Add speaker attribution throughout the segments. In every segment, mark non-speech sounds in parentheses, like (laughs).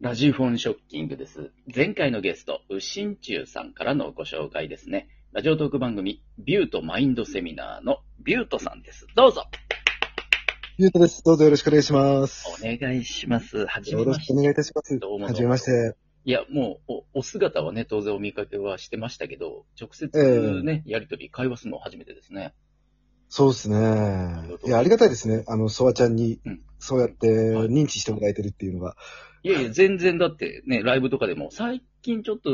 Speaker 1: ラジフォンショッキングです。前回のゲスト、うしんちゅうさんからのご紹介ですね。ラジオトーク番組、ビュートマインドセミナーのビュートさんです。どうぞ
Speaker 2: ゆうとです。どうぞよろしくお願いします。
Speaker 1: お願いします。はじ
Speaker 2: よ
Speaker 1: め
Speaker 2: ろ
Speaker 1: ま
Speaker 2: し
Speaker 1: して
Speaker 2: くお。願いいたします。
Speaker 1: どうもどうも
Speaker 2: はじめまして。
Speaker 1: いや、もうお、お姿はね、当然お見かけはしてましたけど、直接ね、やりとり、会話するのは初めてですね。
Speaker 2: そうです
Speaker 1: りが
Speaker 2: ね
Speaker 1: と。う
Speaker 2: いや、ありがたいですね。あの、ソワちゃんに
Speaker 1: うん、
Speaker 2: そうやって
Speaker 1: はい
Speaker 2: 認知してもらえてるっていうのが。
Speaker 1: いやいや、全然だってね、ライブとかでも、最近ちょっと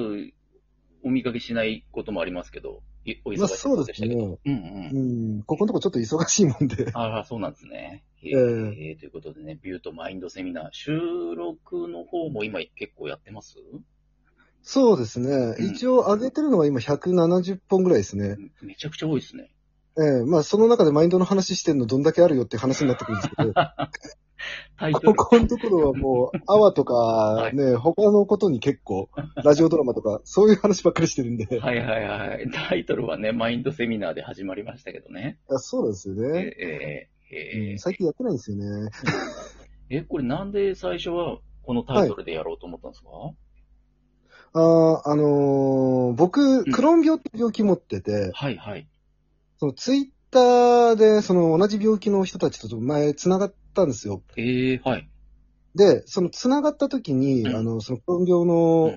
Speaker 1: お見かけしないこともありますけど、いお
Speaker 2: ま
Speaker 1: 忙
Speaker 2: あ、
Speaker 1: しい
Speaker 2: そ
Speaker 1: こと
Speaker 2: う
Speaker 1: で
Speaker 2: で
Speaker 1: し
Speaker 2: す
Speaker 1: たけど。
Speaker 2: ね。
Speaker 1: うんう。
Speaker 2: うんん、ここのとこちょっと忙しいもんで。
Speaker 1: ああ、そうなんですね。へえ
Speaker 2: え
Speaker 1: へえということでね、ビューとマインドセミナー、収録の方も今結構やってます
Speaker 2: そうですね。
Speaker 1: うん
Speaker 2: 一応上げてるのは今170本ぐらいですね。
Speaker 1: めちゃくちゃ多いですね。
Speaker 2: ええまあ、その中でマインドの話してるのどんだけあるよって話になってくるんです
Speaker 1: (laughs)
Speaker 2: けど、
Speaker 1: タイト
Speaker 2: こ
Speaker 1: ル。
Speaker 2: このところはもう、アワとか、ね、他のことに結構、ラジオドラマとか、そういう話ばっかりしてるんで。
Speaker 1: (laughs) はいはいはい。タイトルはね、マインドセミナーで始まりましたけどね。
Speaker 2: あそうなんですよ
Speaker 1: え
Speaker 2: ね。
Speaker 1: ええ
Speaker 2: う
Speaker 1: え
Speaker 2: ん最近やってないんですよね。
Speaker 1: えこれなんで最初はこのタイトルでやろうと思ったんですか、は
Speaker 2: あーあのー僕、
Speaker 1: ん
Speaker 2: クローン病って病気持ってて、
Speaker 1: い、はい
Speaker 2: そのツイッターで、その同じ病気の人たちと前繋がったんですよ。
Speaker 1: ええはい。
Speaker 2: で、その繋がった時に、
Speaker 1: うん
Speaker 2: あの、そのクローン病の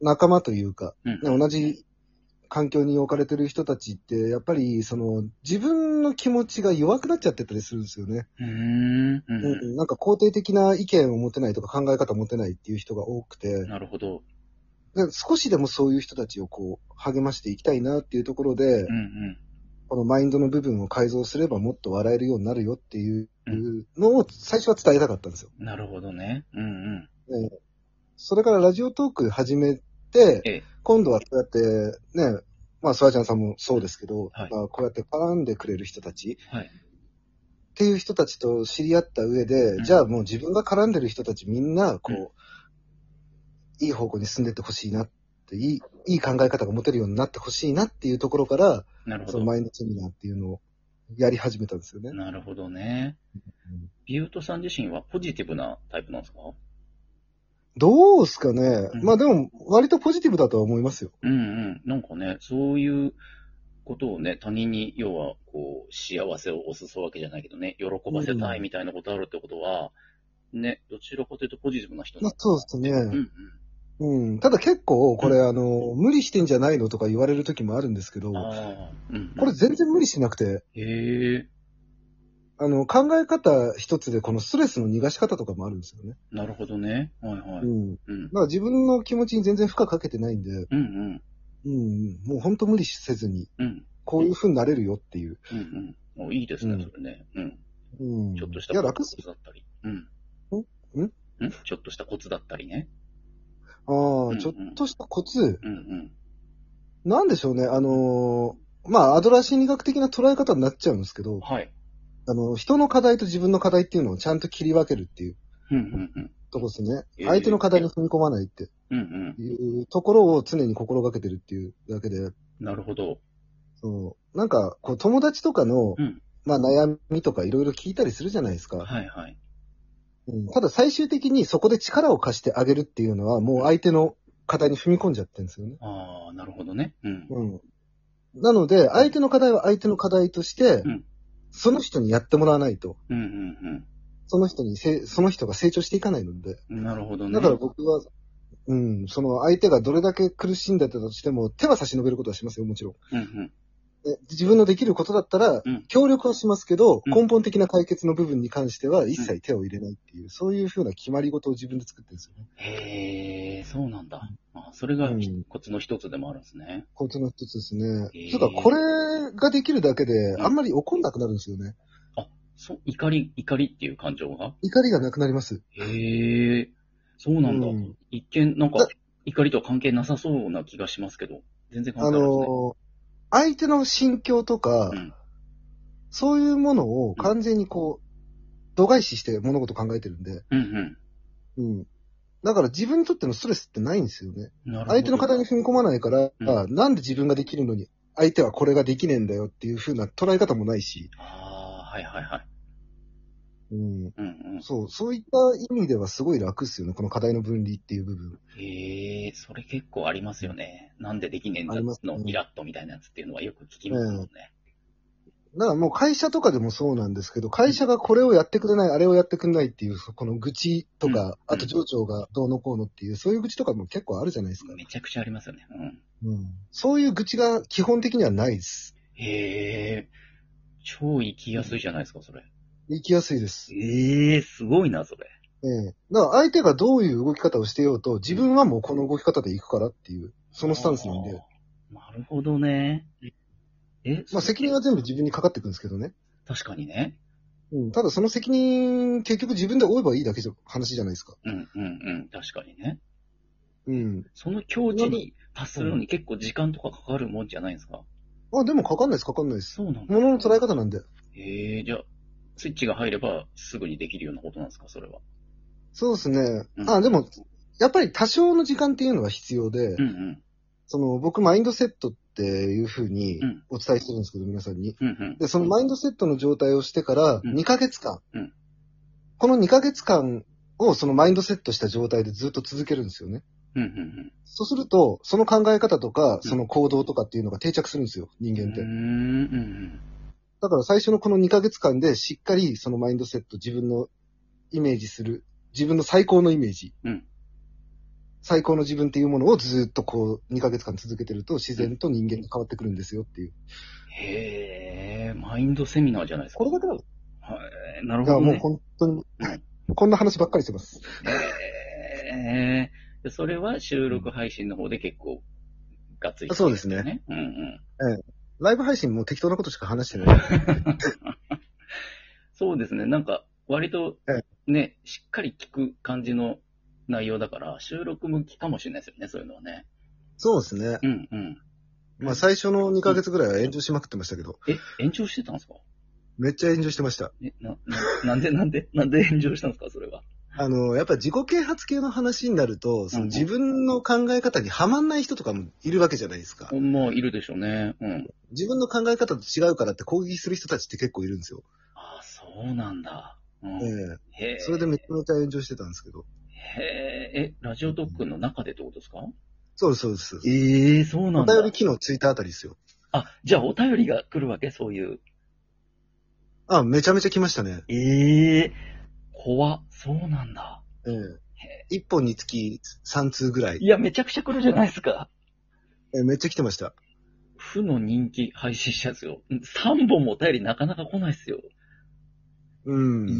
Speaker 2: 仲間というか、
Speaker 1: うん。
Speaker 2: ね同じ環境に置かれてる人たちって、やっぱり、その、自分の気持ちが弱くなっちゃってたりするんですよね。
Speaker 1: うーん。う
Speaker 2: うんん、なんか肯定的な意見を持てないとか考え方を持てないっていう人が多くて、
Speaker 1: なるほど。
Speaker 2: で少しでもそういう人たちをこう、励ましていきたいなっていうところで、
Speaker 1: うんうん。
Speaker 2: このマインドの部分を改造すればもっと笑えるようになるよっていう
Speaker 1: うん
Speaker 2: のを最初は伝えたかったんですよ。
Speaker 1: なるほどね。うんうん。
Speaker 2: それからラジオトーク始めて、
Speaker 1: ええ
Speaker 2: 今度はそうやって、ね、まあ、スワちゃんさんもそうですけど、
Speaker 1: はい
Speaker 2: まあ、こうやって絡んでくれる人たち、
Speaker 1: はい
Speaker 2: っていう人たちと知り合った上で、
Speaker 1: うん
Speaker 2: じゃあもう自分が絡んでる人たちみんな、こう、
Speaker 1: う
Speaker 2: いい方向に進んでってほしいなって、いい、いい考え方が持てるようになってほしいなっていうところから、
Speaker 1: なるほ
Speaker 2: そ
Speaker 1: ど
Speaker 2: の。マインドセミナーっていうのをやり始めたんですよね。
Speaker 1: なるほどね
Speaker 2: うん。
Speaker 1: ビュートさん自身はポジティブなタイプなんですか
Speaker 2: どうすかね、
Speaker 1: うん
Speaker 2: まあでも、割とポジティブだとは思いますよ。
Speaker 1: うんうん。なんかね、そういうことをね、他人に、要は、こう、幸せをお裾分けじゃないけどね、喜ばせたいみたいなことあるってことは、ね、どちらかというとポジティブな人
Speaker 2: ま
Speaker 1: な
Speaker 2: あ、そうです
Speaker 1: うんう
Speaker 2: ね。
Speaker 1: ん。
Speaker 2: うん。ただ結構、これ、あの、無理してんじゃないのとか言われる時もあるんですけど、
Speaker 1: あ
Speaker 2: こ
Speaker 1: あ、うんうん。
Speaker 2: れ全然無理してなくて、
Speaker 1: へえ、
Speaker 2: あの、考え方一つで、このストレスの逃がし方とかもあるんですよね。
Speaker 1: なるほどね。はいは
Speaker 2: う
Speaker 1: い。
Speaker 2: ん。
Speaker 1: うん。
Speaker 2: まあ自分の気持ちに全然負荷かけてないんで、
Speaker 1: うんうん。
Speaker 2: うん、もう本当無理せずに、
Speaker 1: うん。
Speaker 2: こういう風になれるよっていう。
Speaker 1: うんうん。おいいですね、
Speaker 2: うん
Speaker 1: それね。うん。
Speaker 2: うん。
Speaker 1: ちょっとした
Speaker 2: いや、楽っ
Speaker 1: コ
Speaker 2: す
Speaker 1: ツだったり。うん。
Speaker 2: んん
Speaker 1: んちょっとしたコツだったりね。
Speaker 2: ああ、
Speaker 1: うん
Speaker 2: ちょっとしたコツ。
Speaker 1: うんうん。
Speaker 2: なんでしょうね。あのーまあ、アドラー心理学的な捉え方になっちゃうんですけど、
Speaker 1: はい。
Speaker 2: あの、人の課題と自分の課題っていうのをちゃんと切り分けるっていう
Speaker 1: うんうんうん。
Speaker 2: とこですね
Speaker 1: え。ー
Speaker 2: 相手の課題に踏み込まないって
Speaker 1: うんうん。
Speaker 2: いうところを常に心がけてるっていうだけで、
Speaker 1: なるほど。
Speaker 2: そのなんか、こう、友達とかの、
Speaker 1: うん
Speaker 2: まあ、悩みとかいろいろ聞いたりするじゃないですか。
Speaker 1: はいはい。
Speaker 2: うんただ最終的にそこで力を貸してあげるっていうのは、もう相手の課題に踏み込んじゃってるんですよね。
Speaker 1: ああ、なるほどね。うん。
Speaker 2: うん。なので、相手の課題は相手の課題として、
Speaker 1: うん
Speaker 2: その人にやってもらわないと、
Speaker 1: うんうん
Speaker 2: その人にせ、その人が成長していかないので。
Speaker 1: うん。なるほどね。
Speaker 2: だから僕は、うん、その相手がどれだけ苦しんでたとしても、手は差し伸べることはしますよ、もちろん。
Speaker 1: うんうん。
Speaker 2: で自分のできることだったら
Speaker 1: うん、
Speaker 2: 協力はしますけど、
Speaker 1: うん
Speaker 2: 根本的な解決の部分に関しては一切手を入れないっていう、そういうふうな決まり事を自分で作ってるんですよね。
Speaker 1: へえ、そうなんだ。あそれが
Speaker 2: うん
Speaker 1: コツの一つでもあるんですね。
Speaker 2: コツの一つですね。
Speaker 1: へー
Speaker 2: ていうか、これができるだけで、
Speaker 1: うん
Speaker 2: あんまり怒んなくなるんですよね。
Speaker 1: そう、怒り、怒りっていう感情が
Speaker 2: 怒りがなくなります。
Speaker 1: へえ、そうなんだ。
Speaker 2: うん
Speaker 1: 一見、なんか
Speaker 2: だ、
Speaker 1: 怒りとは関係なさそうな気がしますけど、全然関係
Speaker 2: あ
Speaker 1: ないですね。
Speaker 2: のー、相手の心境とか、
Speaker 1: うん
Speaker 2: そういうものを完全にこう、度外視して物事考えてるんで、
Speaker 1: うん
Speaker 2: うん。だから自分にとってのストレスってないんですよね。
Speaker 1: うん。なるほど。
Speaker 2: 相手の課題に踏み込まないから、
Speaker 1: う
Speaker 2: なんで自分ができるのに、相手はこれができねえんだよっていう風な捉え方もないし、
Speaker 1: ああ、はいはいはい。
Speaker 2: うん。
Speaker 1: うんうん。
Speaker 2: そう、そういった意味ではすごい楽っすよね。この課題の分離っていう部分。
Speaker 1: へえそれ結構ありますよね。なんでできねえんだ
Speaker 2: ありますね
Speaker 1: のイラッとみたいなやつっていうのはよく聞きますもんね。
Speaker 2: だからもう会社とかでもそうなんですけど、会社がこれをやってくれない、あれをやってくれないっていう、この愚痴と
Speaker 1: うん
Speaker 2: か、あと上長がどうのこうのっていう、そういう愚痴とかも結構あるじゃないですか。
Speaker 1: めちゃくちゃありますよね。うん。
Speaker 2: うん。そういう愚痴が基本的にはないです。
Speaker 1: へえ超行きやすいじゃないですか、それ。
Speaker 2: 行きやすいです。
Speaker 1: ええすごいな、それ。
Speaker 2: ええ。だから相手がどういう動き方をしてようと、自分はもうこの動き方で行くからっていう、そのスタンスなんで。
Speaker 1: あー。なるほどね。え、
Speaker 2: まあ責任は全部自分にかかってくるんですけどね。
Speaker 1: 確かにね。
Speaker 2: うん。ただその責任、結局自分で負えばいいだけじゃ、話じゃないですか。
Speaker 1: うんうんうん、確かにね。
Speaker 2: うん。
Speaker 1: その境地に達するのに結構時間とかかかるもんじゃないですか。
Speaker 2: あ、でもかかんないです、かかんないです。
Speaker 1: そうなんだ。
Speaker 2: 物の捉え方なんで。
Speaker 1: ええじゃあ、スイッチが入ればすぐにできるようなことなんですか、それは。
Speaker 2: そうですね
Speaker 1: う。ん
Speaker 2: あ、でも、やっぱり多少の時間っていうのは必要で、
Speaker 1: うんうん。
Speaker 2: その、僕、マインドセットっていうふうに
Speaker 1: うん
Speaker 2: お伝えしてるんですけど、皆さんに。
Speaker 1: うんうん。
Speaker 2: で、そのマインドセットの状態をしてから、
Speaker 1: うん
Speaker 2: 2ヶ月間、
Speaker 1: うん
Speaker 2: この2ヶ月間をそのマインドセットした状態でずっと続けるんですよね。
Speaker 1: うんうん
Speaker 2: そうすると、その考え方とか、その行動とかっていうのが定着するんですよ、人
Speaker 1: うん。
Speaker 2: 間って
Speaker 1: うー。んうん
Speaker 2: だから最初のこの2ヶ月間でしっかりそのマインドセット、自分のイメージする、自分の最高のイメージ。
Speaker 1: うん
Speaker 2: 最高の自分っていうものをずっとこう2ヶ月間続けてると自然と人間が変わってくるんですよっていう。
Speaker 1: うん。へえマインドセミナーじゃないですか。
Speaker 2: これだけだろ
Speaker 1: はい、なる
Speaker 2: だ
Speaker 1: ほど、
Speaker 2: からもう
Speaker 1: ね。
Speaker 2: 本当に、
Speaker 1: うん
Speaker 2: はいこんな話ばっかりしてます。
Speaker 1: えーでそれは収録配信の方で結構、がっつり、
Speaker 2: そうですね。
Speaker 1: うんうん。
Speaker 2: ライブ配信も適当なことしか話してない。
Speaker 1: (laughs) そうですね。なんか、割と
Speaker 2: え、
Speaker 1: ね、しっかり聞く感じの内容だから、収録向きかもしれないですよね、そういうのはね。
Speaker 2: そうですね。
Speaker 1: うんうん。
Speaker 2: まあ最初の2ヶ月ぐらいは炎上しまくってましたけど、
Speaker 1: え、延長してたんですか
Speaker 2: めっちゃ炎上してました。
Speaker 1: え、な、ななんでなんで、なんで炎上したんですか、それは。
Speaker 2: あの、やっぱ自己啓発系の話になると、その自分の考え方にはまんない人とかもいるわけじゃないですか。
Speaker 1: まあ、いるでしょうね。うん。
Speaker 2: 自分の考え方と違うからって攻撃する人たちって結構いるんですよ。
Speaker 1: ああ、そうなんだ。う
Speaker 2: え
Speaker 1: ん。
Speaker 2: え
Speaker 1: へえ。
Speaker 2: それでめちゃめちゃ炎上してたんですけど。
Speaker 1: へえ、え、ラジオトークの中でってことですか
Speaker 2: そうです、そうです。
Speaker 1: ええそうな
Speaker 2: お
Speaker 1: んだ。
Speaker 2: 便り機能ついたあたりですよ。
Speaker 1: あ、じゃあお便りが来るわけそういう。
Speaker 2: あ、めちゃめちゃ来ましたね。
Speaker 1: ええ怖っそうなんだ。
Speaker 2: ええ。1本につき3通ぐらい。
Speaker 1: いや、めちゃくちゃ来るじゃないですか。
Speaker 2: ええめっちゃ来てました。
Speaker 1: 負の人気配信者ですよ。3本もお便りなかなか来ないですよ。
Speaker 2: うん。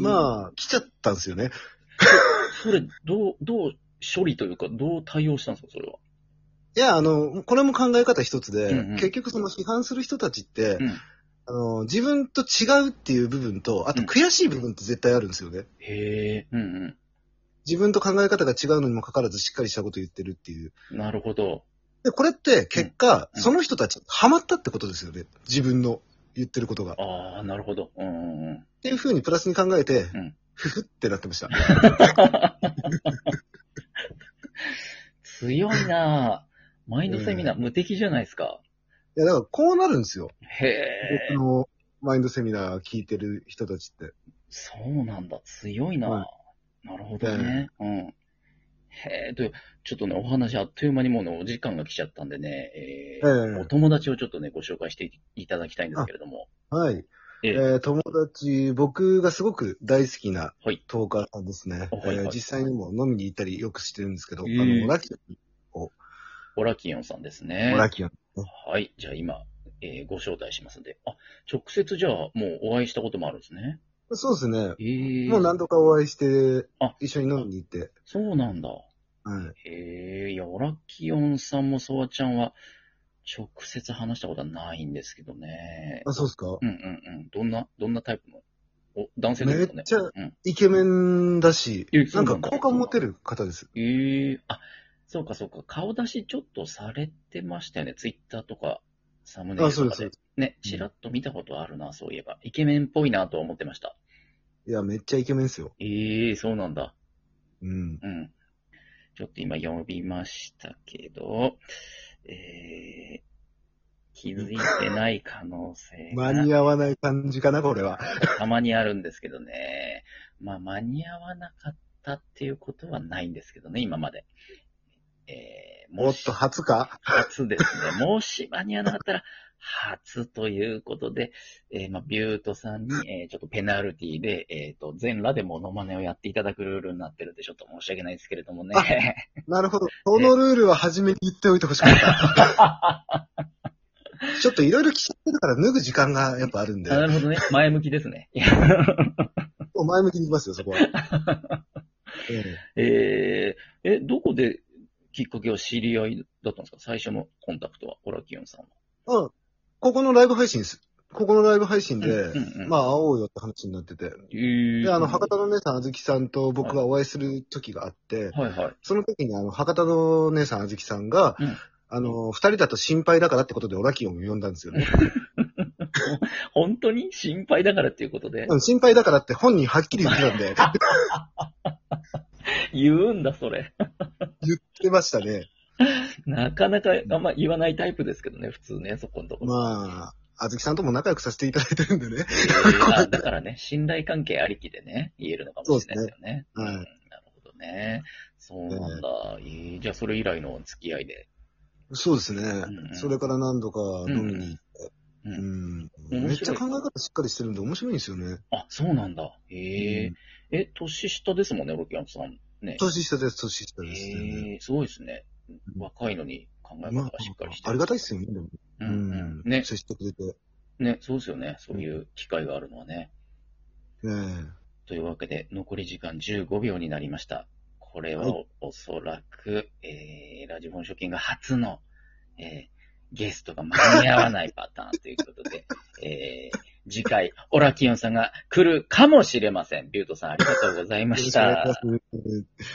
Speaker 1: あ。
Speaker 2: まあ、来ちゃったんですよね。
Speaker 1: それ、どう、どう処理というか、どう対応したんですか、それは。
Speaker 2: いや、あの、これも考え方一つで、
Speaker 1: うんうん
Speaker 2: 結局その批判する人たちって、
Speaker 1: うん。
Speaker 2: あの、自分と違うっていう部分と、あと
Speaker 1: うん
Speaker 2: 悔しい部分って絶対あるんですよね。
Speaker 1: へえ、うん
Speaker 2: 自分と考え方が違うのにもかかわらずしっかりしたこと言ってるっていう。
Speaker 1: うん。なるほど。
Speaker 2: で、これって結果、
Speaker 1: うん
Speaker 2: その人たちハマったってことですよね。自分の言ってることが。っ
Speaker 1: ああ、なるほど。うんうんうん。
Speaker 2: ていうふうにプラスに考えて
Speaker 1: うん、
Speaker 2: ふふってなってました。
Speaker 1: 強いなぁ。マインドセミナー、無敵じゃないですか。
Speaker 2: いや、だからこうなるんですよ。
Speaker 1: へえ。
Speaker 2: 僕のマインドセミナー聞いてる人たちって。
Speaker 1: そうなんだ。強いな。
Speaker 2: は
Speaker 1: なるほどね。うん。へえ、と、ちょっとね、お話あっという間にもうね、お時間が来ちゃったんでね、えー
Speaker 2: ええ
Speaker 1: お友達をちょっとね、ご紹介していただきたいんですけれども。
Speaker 2: はい。
Speaker 1: ええ
Speaker 2: えー友達、僕がすごく大好きな
Speaker 1: はい
Speaker 2: トーカーさんですね。
Speaker 1: あはいはい
Speaker 2: えー実際にも飲みに行ったりよくしてるんですけど、
Speaker 1: ええ
Speaker 2: あの、ラキ
Speaker 1: オラキオンさんですね
Speaker 2: オ。ラキオン。
Speaker 1: はい。じゃあ今、えーご招待しますんで。あ、直接じゃあもうお会いしたこともあるんですね。
Speaker 2: そうですね。
Speaker 1: えー、
Speaker 2: もう何度かお会いして
Speaker 1: あ、
Speaker 2: 一緒に飲みに行って。
Speaker 1: そうなんだ。
Speaker 2: はい。
Speaker 1: ええいや、オラキオンさんもソワちゃんは直接話したことはないんですけどね。
Speaker 2: あ、そうですか
Speaker 1: うんうんうん。どんな、どんなタイプのお、男性ですかね。
Speaker 2: めっちゃ
Speaker 1: うん。
Speaker 2: イケメンだし
Speaker 1: え、そ
Speaker 2: な
Speaker 1: うんな
Speaker 2: か
Speaker 1: んだ
Speaker 2: 好感持てる方です。
Speaker 1: ええあ、そうかそうか。顔出しちょっとされてましたよね。ツイッターとか、サムネイル
Speaker 2: あそ
Speaker 1: と
Speaker 2: うで
Speaker 1: か
Speaker 2: すそ
Speaker 1: で
Speaker 2: うで。
Speaker 1: ね、
Speaker 2: うん
Speaker 1: ちらっと見たことあるな、そういえば。イケメンっぽいなとは思ってました。
Speaker 2: いや、めっちゃイケメンですよ。
Speaker 1: ええそうなんだ。
Speaker 2: うん。
Speaker 1: うん。ちょっと今呼びましたけど、ええ気づいてない可能性が
Speaker 2: 間に合わない感じかな、これは。
Speaker 1: たまにあるんですけどね。まあ、間に合わなかったっていうことはないんですけどね、今まで。えー、
Speaker 2: も
Speaker 1: も
Speaker 2: っ
Speaker 1: し
Speaker 2: と、初か
Speaker 1: 初ですね。も (laughs) し間に合わなかったら、初ということで、えーまあ、ビュートさんに、えーちょっとペナルティで、えっ、と、全裸でモノマネをやっていただくルールになってるんで、ちょっと申し訳ないですけれどもね。
Speaker 2: なるほど。そのルールは初めに言っておいてほしか
Speaker 1: (laughs)
Speaker 2: った。ちょっといろいろ聞いてるから脱ぐ時間がやっぱあるんで
Speaker 1: あ、なるほどね。前向きですね。
Speaker 2: お前向きに行きますよ、そこは。え
Speaker 1: えー、え、どこできっかけは知り合いだったんですか最初のコンタクトは、オラキオンさんは。
Speaker 2: えうん。ここのライブ配信です。ここのライブ配信で
Speaker 1: う、んうん
Speaker 2: まあ会おうよって話になってて。
Speaker 1: えー
Speaker 2: で、あの、博多の姉さん、あずきさんと僕がお会いする時があって、
Speaker 1: はいはい。
Speaker 2: その時にあの、博多の姉さん、あずきさんが
Speaker 1: うん、
Speaker 2: あの、二人だと心配だからってことでオラキオンを呼んだんですよね。
Speaker 1: 本当に心配だからっていうことで
Speaker 2: う、ん心配だからって本人はっきり言ってたんで、 (laughs)
Speaker 1: 言うんだ、それ。
Speaker 2: 言ってましたね。
Speaker 1: なかなかあんま言わないタイプですけどね、普通ね、そこのところ。
Speaker 2: まあ、あずきさんとも仲良くさせていただいてるんでね。
Speaker 1: えーあだからね、信頼関係ありきでね、言えるのかもしれないですよね。
Speaker 2: そうですねはい
Speaker 1: んなるほどね。そうなんだ。えーじゃあ、それ以来のお付き合いで。
Speaker 2: そうですね
Speaker 1: んうん。
Speaker 2: それから何度か飲みに行って。
Speaker 1: う
Speaker 2: うんん。
Speaker 1: 面白い
Speaker 2: めっちゃ考え方しっかりしてるんで面白いんですよね。
Speaker 1: あ、そうなんだ。へえ、
Speaker 2: うん
Speaker 1: え、年下ですもんね、ロキアンさん。ね。
Speaker 2: 年下です、年下
Speaker 1: へ
Speaker 2: ですね。
Speaker 1: えすごいですね。若いのに考え方
Speaker 2: まあ
Speaker 1: がしっかりして、
Speaker 2: ありがたいですよね、でも。
Speaker 1: う
Speaker 2: う
Speaker 1: う
Speaker 2: ん
Speaker 1: ん
Speaker 2: ん。
Speaker 1: ね、
Speaker 2: 接してくれて。
Speaker 1: ね、そうですよね。そういう機会があるのはね。
Speaker 2: ね
Speaker 1: というわけで、残り時間15秒になりました。これは
Speaker 2: は
Speaker 1: おそらく、えー、ラジフォン賞金が初の、えー、ゲストが間に合わないパターンということで、 (laughs) えー、次回、オラキヨンさんが来るかもしれません。ビュートさん、ありがとうござい
Speaker 2: え。
Speaker 1: ました。
Speaker 2: よろしくお願いします